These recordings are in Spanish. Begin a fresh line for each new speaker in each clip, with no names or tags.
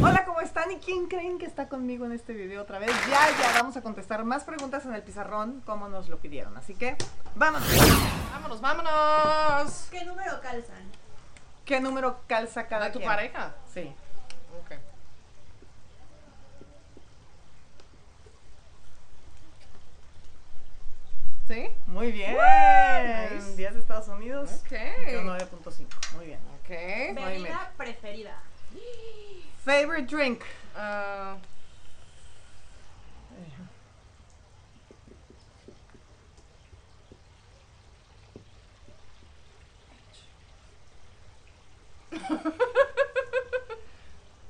sabrán ni quién creen que está conmigo en este video otra vez. Ya, ya vamos a contestar más preguntas en el pizarrón como nos lo pidieron. Así que, vámonos. Vámonos, vámonos.
¿Qué número calzan?
¿Qué número calza cada
¿A tu
quien?
pareja?
Sí.
Ok.
¿Sí? Muy bien.
Nice.
10 de Estados Unidos. Yo
Ok.
9.5. Muy bien.
Ok.
Nueve y media.
Bebida preferida.
Favorite drink.
Ah,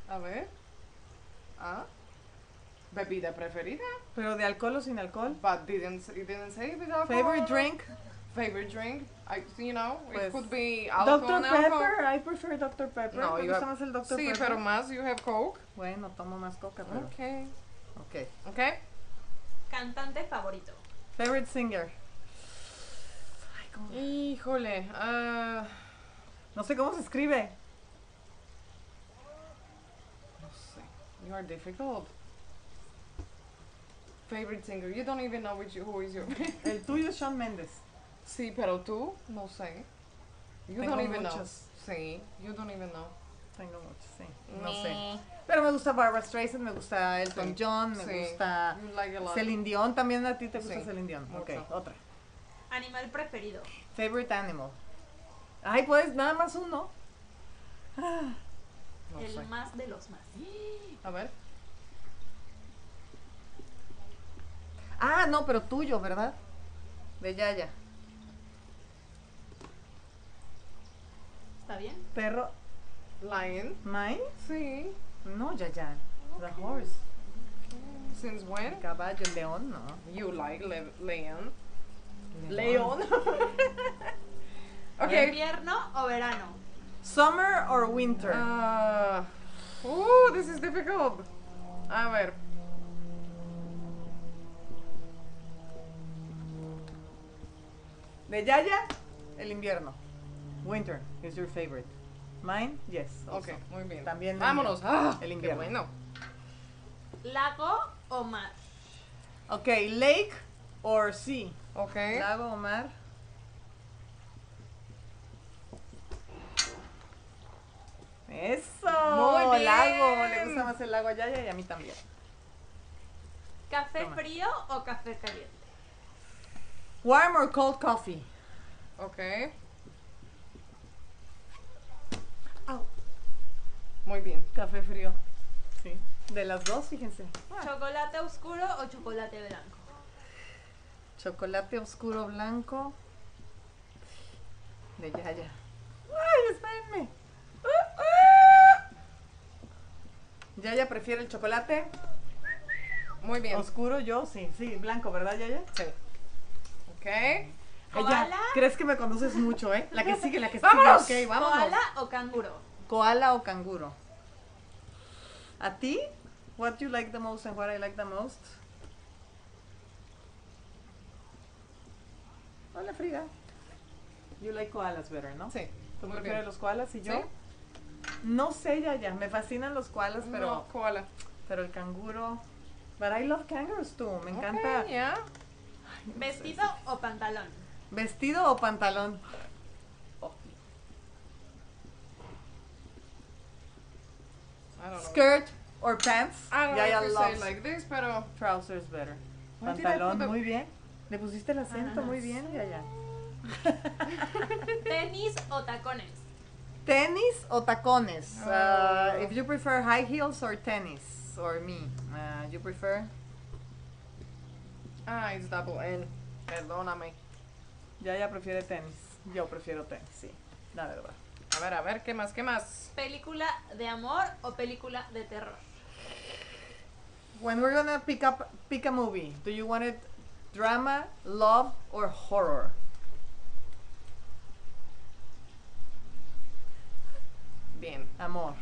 a ver. Ah. Bebida preferida.
Pero de alcohol o sin alcohol.
But didn't you didn't say with alcohol.
Favorite drink.
Favorite drink. I, you know,
Pues,
it could be alcohol.
Dr.
and alcohol.
Pepper. I prefer Dr. Pepper.
No,
Me
you
gusta
have-
más el Dr.
Sí,
Pepper.
pero Ah. más you have Coke.
Bueno, tomo más coca, pero.
Okay.
Ok.
Okay.
Cantante favorito.
Favorite singer. Ay, ¿cómo?
Híjole. ah,
No sé cómo se escribe.
no sé. You are difficult. Favorite singer. You don't even know which who is your
El tuyo es Shawn Mendes.
Sí, pero tú, no sé. You
Tengo
don't even
muchos.
know. Sí, you don't even know.
Tengo muchos, sí. No sé. Pero me gusta Barbara Streisand, me gusta Elton
Sí.
John, me
Sí.
gusta
You like a lot.
Celine Dion. También a ti te gusta
Sí,
Celine Dion. Ok,
mucho.
otra.
Animal preferido.
Favorite animal. Ay, pues nada más uno.
No
el
sé.
más de los más.
A ver.
Ah, no, pero tuyo, ¿verdad? De Yaya.
¿Está bien?
Perro.
Lion.
¿Mine?
Sí.
No, Yaya. The horse.
Since when?
El caballo, el león, no.
You like le- Leon. Leon. okay.
¿Invierno o verano?
Summer or winter?
Uh, ooh, this is difficult. A ver.
De Yaya, el invierno. Winter is your favorite. Mine, yes.
Ok,
also.
muy bien.
También el
Vámonos. Ah,
El
qué
invierno.
bueno.
¿Lago o mar?
Ok, lake or sea.
Ok.
Lago o mar. Eso.
Muy bien.
Lago. Le gusta más el lago a Yaya y a mí también.
¿Café
Toma.
frío o café caliente?
Warm or cold coffee?
Ok.
Au.
Muy bien.
Café frío. Sí. De las dos, fíjense. Ah,
¿Chocolate oscuro o chocolate blanco?
Chocolate oscuro blanco. De Yaya. ¡Ay, espérenme! Ah, ah. Yaya prefiere el chocolate
Muy bien.
oscuro, yo sí, sí, blanco, ¿verdad, Eh, Yaya?
Sí. Ok.
Ella,
¿Koala?
crees que me conoces mucho, ¿eh? La que sigue, la que
¡Vámonos!
sigue. Ok, vámonos.
¿Koala o canguro?
Koala o canguro. ¿A ti? What you like the most and what I like the most? Hola, Frida. You like koalas better, ¿no?
Sí.
¿Tú
Muy
prefieres
bien.
los koalas y yo?
¿Sí?
No sé, Yaya. Me fascinan los koalas, pero,
No, koala.
pero el canguro... But I love kangaroos too. Me encanta.
Ok, yeah.
¿Vestido o pantalón?
¿Vestido o pantalón?
Oh, I don't know.
Skirt or pants?
I don't
Yaya
know if you say
loves
like this, pero
trousers better.
Why did I
Pantalón,
put the-
muy bien. Le pusiste el acento
Ah,
muy bien, Yaya.
¿Tenis o tacones?
¿Tenis o tacones?
Ah.
Uh, if you prefer high heels or tennis, or me, uh, you prefer?
ah, it's double N. Perdóname.
Yaya prefiere tenis. Yo prefiero tenis, sí. La verdad.
A ver, a ver, ¿qué más? ¿Qué más?
¿Película de amor o película de terror?
When we're gonna pick up pick a movie, do you want it drama, love, or horror?
Bien.
Amor.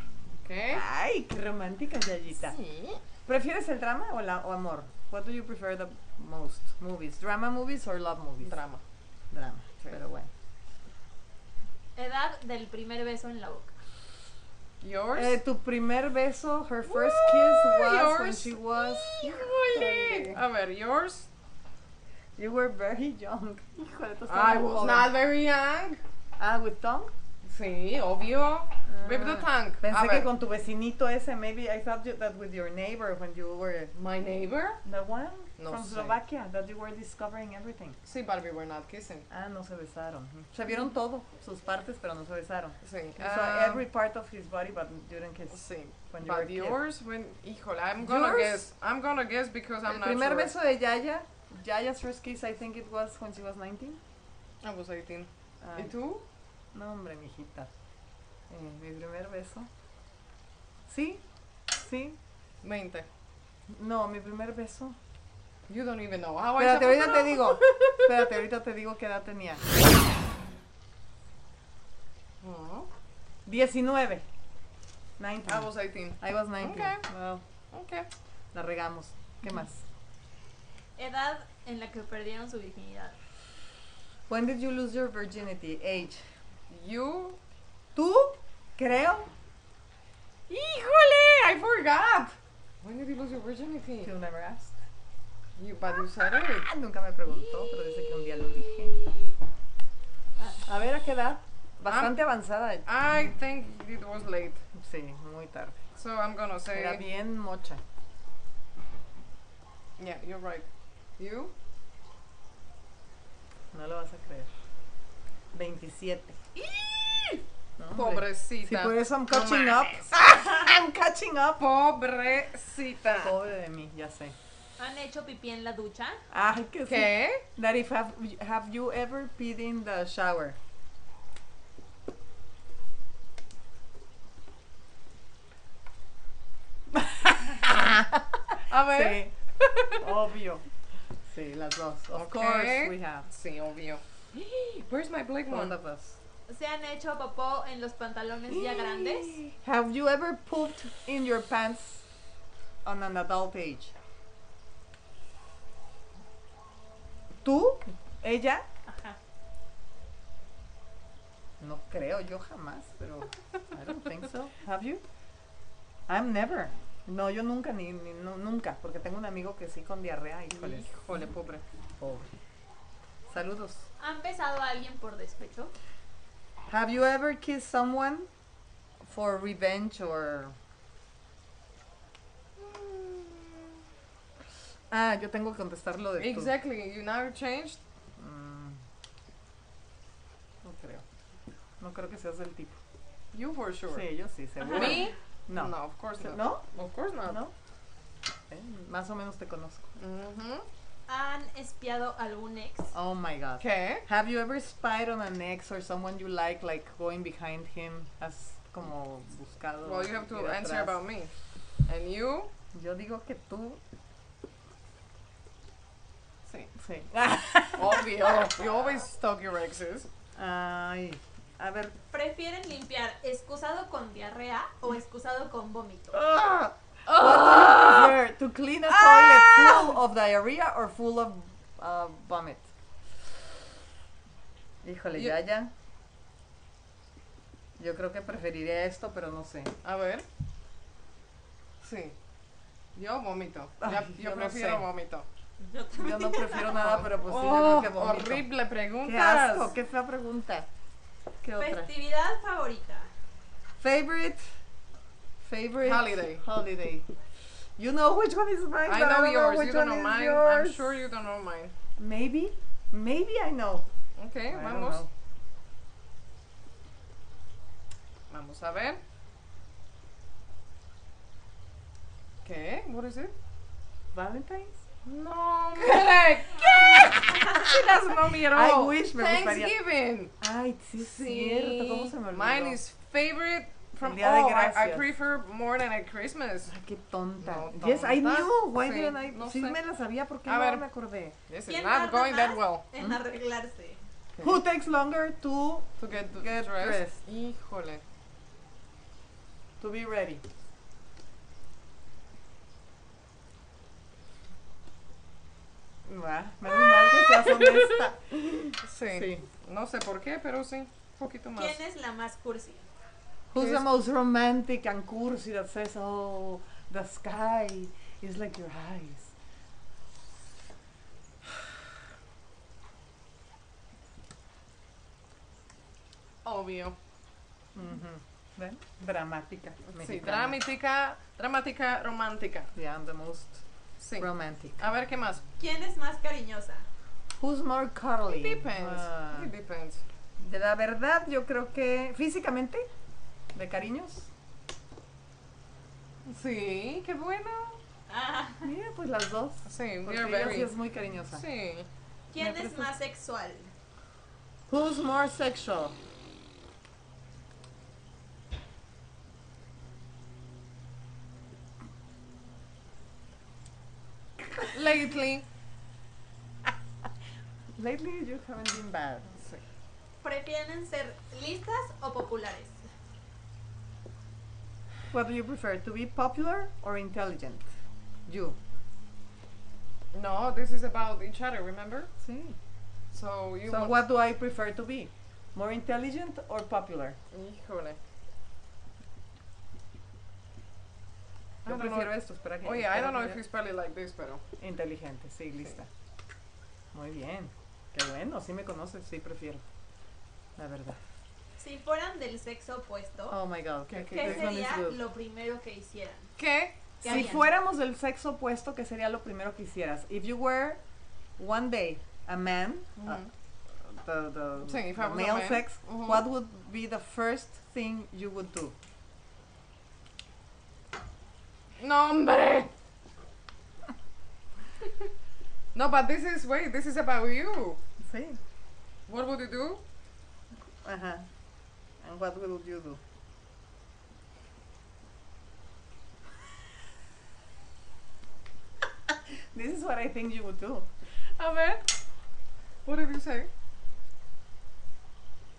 Ok.
¿Eh? Ay, qué romántica, Yayita.
Sí.
¿Prefieres el drama o, la, o amor? What do you prefer the most? Movies, drama movies or love movies?
Drama.
Drama,
Sí.
pero bueno.
Edad del primer beso en la boca.
Yours.
Eh, tu primer beso, her first kiss
Ooh,
was when
yours.
she was.
Híjole. A ver, yours.
You were very young. Híjole, tú estabas
I
muy
was
joven.
not very young.
Ah, with tongue.
Sí, obvio. With the tongue. A
Ah, Pensé que
ver.
con tu vecinito ese, maybe I thought you, that with your neighbor when you were
My neighbor.
the one
No
from
sé.
Slovakia that you were discovering everything.
Sí, but we were not kissing.
Ah, no se besaron.
Mm.
Se vieron todo, sus partes, pero no se besaron.
Sí.
You saw
um,
every part of his body, but you didn't kiss.
Sí.
When you were a
But
kid.
yours, when, híjole, I'm gonna
Yours?
guess. I'm gonna guess because I'm
El
not
primer
sure.
beso de Yaya, Yaya's first kiss, I think it was when she was 19.
I was 18.
Ay,
¿Y tú?
No, hombre, mijita. Eh, mi primer beso. Sí, sí.
20.
No, mi primer beso.
You don't even know how
Espérate,
I
ahorita te digo. Espérate, ahorita te digo qué edad tenía. 19. 19.
I was 18.
I was 19.
Ah, Ok.
Well,
Okay.
la regamos. ¿Qué más?
Edad en la que perdieron su virginidad.
When did you lose your virginity? Age.
You.
¿Tú? Creo.
Híjole, I forgot. When did you lose your virginity?
You never asked.
You, but you said it.
Ah, nunca me preguntó, pero dice que un día lo dije. A ver, ¿a qué edad? Bastante avanzada.
I think it was late.
Sí, muy tarde.
So I'm gonna
Era
say.
bien mocha.
Yeah, you're right. You?
No lo vas a creer. 27. No, hombre.
Pobrecita.
Sí, por eso I'm catching up. I'm catching up.
Pobrecita.
Pobre de mí, ya sé.
¿Han hecho pipí en la ducha?
Ay, que sí.
¿Qué?
That if have, have you ever peed in the shower?
A ver.
Sí. Obvio. Sí, las dos. Of course
Okay.
we have.
Sí, obvio. Where's my black
Both
one?
of us.
¿Se han hecho popó en los pantalones ya grandes?
Have you ever pooped in your pants on an adult age? ¿Tú? ¿Ella?
Ajá.
No creo, yo jamás, pero I don't think so. Have you? I'm never. No, yo nunca, ni, ni- no, nunca, porque tengo un amigo que sí con diarrea, híjole,
Híjole, pobre.
pobre. Saludos.
¿Han besado a alguien por despecho?
Have you ever kissed someone for revenge or... Ah, yo tengo que contestar lo de tú.
Exactly. You now changed.
Mm. No creo. No creo que seas del tipo.
You for sure.
Sí, yo sí, seguro.
Me?
No.
No, of course not.
¿No?
Of course not.
¿No? Eh, más o menos te conozco.
Mhm.
¿Han espiado a algún ex?
Oh my god.
¿Qué?
Have you ever spied on an ex or someone you like, like going behind him? Has como buscado.
Well, you have to
ir
answer
atrás?
about me. And you?
Yo digo que tú.
Sí.
Sí.
Obvio. you always stalk your exes.
Ay. A ver.
¿Prefieren limpiar excusado con diarrea o excusado con vómito?
Ah. What do you prefer? To clean a toilet full of diarrhea or full of uh, vomit? Híjole,
Yo-
ya, ya. Yo creo que preferiría esto, pero no sé.
A ver. Sí. Yo vomito.
Ay,
Ya- yo
yo no
prefiero
sé.
vómito.
Yo no prefiero nada, pero pues sí,
Oh,
yo creo que vomito.
horrible preguntas.
Qué asco, qué fea pregunta. ¿Qué otra?
¿Festividad favorita?
Favorite favorite
Holiday.
Holiday. You know which one is mine.
I
but
know
don't
yours.
which
you don't
one
know
is
mine.
yours.
I'm sure you don't know mine.
Maybe, maybe I know.
Okay,
I don't
vamos.
know.
Vamos a ver. ¿Qué? What is it?
Valentine's.
No, hombre. ¿Qué? Si las no miro.
I wish, me gustaría.
Thanksgiving.
Ay, sí, es cierto. ¿Cómo se me olvidó?
Mine is favorite from
El Día de
all. I, I
Gracias.
prefer more than at Christmas.
Ay, qué tonta.
No,
Yes, I
tonta.
knew. Why
Sí,
didn't I?
no
sí
sé.
me la sabía porque
A
no
ver.
me acordé.
This is
¿Quién
not
tarda
going that
más
well.
En
¿Mm?
arreglarse.
Okay.
Who takes longer to
To get,
Get
dressed.
dressed.
Híjole.
to be ready? Buah, Menos mal que seas honesta.
Sí.
Sí.
No sé por qué, pero sí. Un poquito más.
¿Quién es la más cursi?
Who's the
Yes.
most romantic and cursi that says, oh, the sky is like your eyes?
Obvio.
Ujú. ¿Ven? Mm-hmm. Dramática.
Sí,
mexicana.
dramática, dramática, romántica.
Yeah, I'm the most
Sí.
romantic.
A ver, ¿qué más?
¿Quién es más cariñosa?
Who's more cuddly?
It depends.
Ah,
It depends.
de la verdad, yo creo que físicamente, de cariños.
Sí, qué bueno.
Ah,
Mira, pues las dos.
Sí, we
Porque
are
ella sí
very.
es muy cariñosa.
Sí.
¿Quién
Me
es
parece-
más sexual?
Who's more sexual?
Lately.
Lately, you haven't been bad.
Sí.
¿Prefieren ser listas o populares?
What do you prefer, to be popular or intelligent? You.
No, this is about each other, remember?
Sí.
So you
So
want-
what do I prefer to be? More intelligent or popular?
Híjole. I
Yo
don't know.
prefiero esto, espera que...
Oh yeah, I
espera
don't know
que
if you spell it like this, pero.
ya- Inteligente, sí, lista. Muy bien. Qué bueno, sí me conoces, sí prefiero. La verdad.
Si fueran del sexo opuesto,
Oh my god, que- que-
¿qué
this one is
sería
good.
lo primero que hicieran?
¿Qué?
¿Qué
Si
harían?
fuéramos del sexo opuesto, ¿qué sería lo primero que hicieras? If you were one day a man, uh,
Mhm.
the, the,
Sí, if I
the
was a
male
man.
sex,
Mhm.
what would be the first thing you would do?
No, hombre. no, but this is wait. This is about you.
Sí.
What would you do?
Ajá. And what will you do? This is what I think you would do.
A ver. What did you say?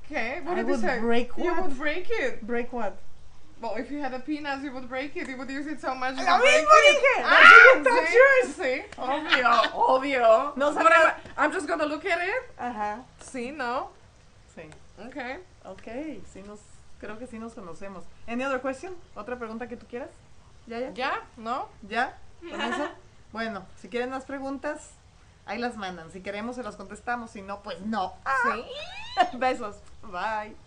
Okay. What
I
did you
would
say?
break
you
what?
would break it.
Break what?
Well, if you had a penis, you would break it. You would use it so much. you
¡Lo
would break
mismo
it.
dije! ¡No
Ah,
didn't touch
sí,
yours!
sí. Obvio, obvio.
No,
but
sabía-
I'm, I'm just gonna look at it.
Ajá.
Sí, no.
Sí.
Okay.
Ok, sí nos, creo que sí nos conocemos. ¿Any other question? ¿Otra pregunta que tú quieras? ¿Ya, ya?
Yeah. No.
¿Ya? ¿Con eso? Bueno, si quieren más preguntas, ahí las mandan. Si queremos, se las contestamos. Si no, pues no.
Sí.
Besos. Bye.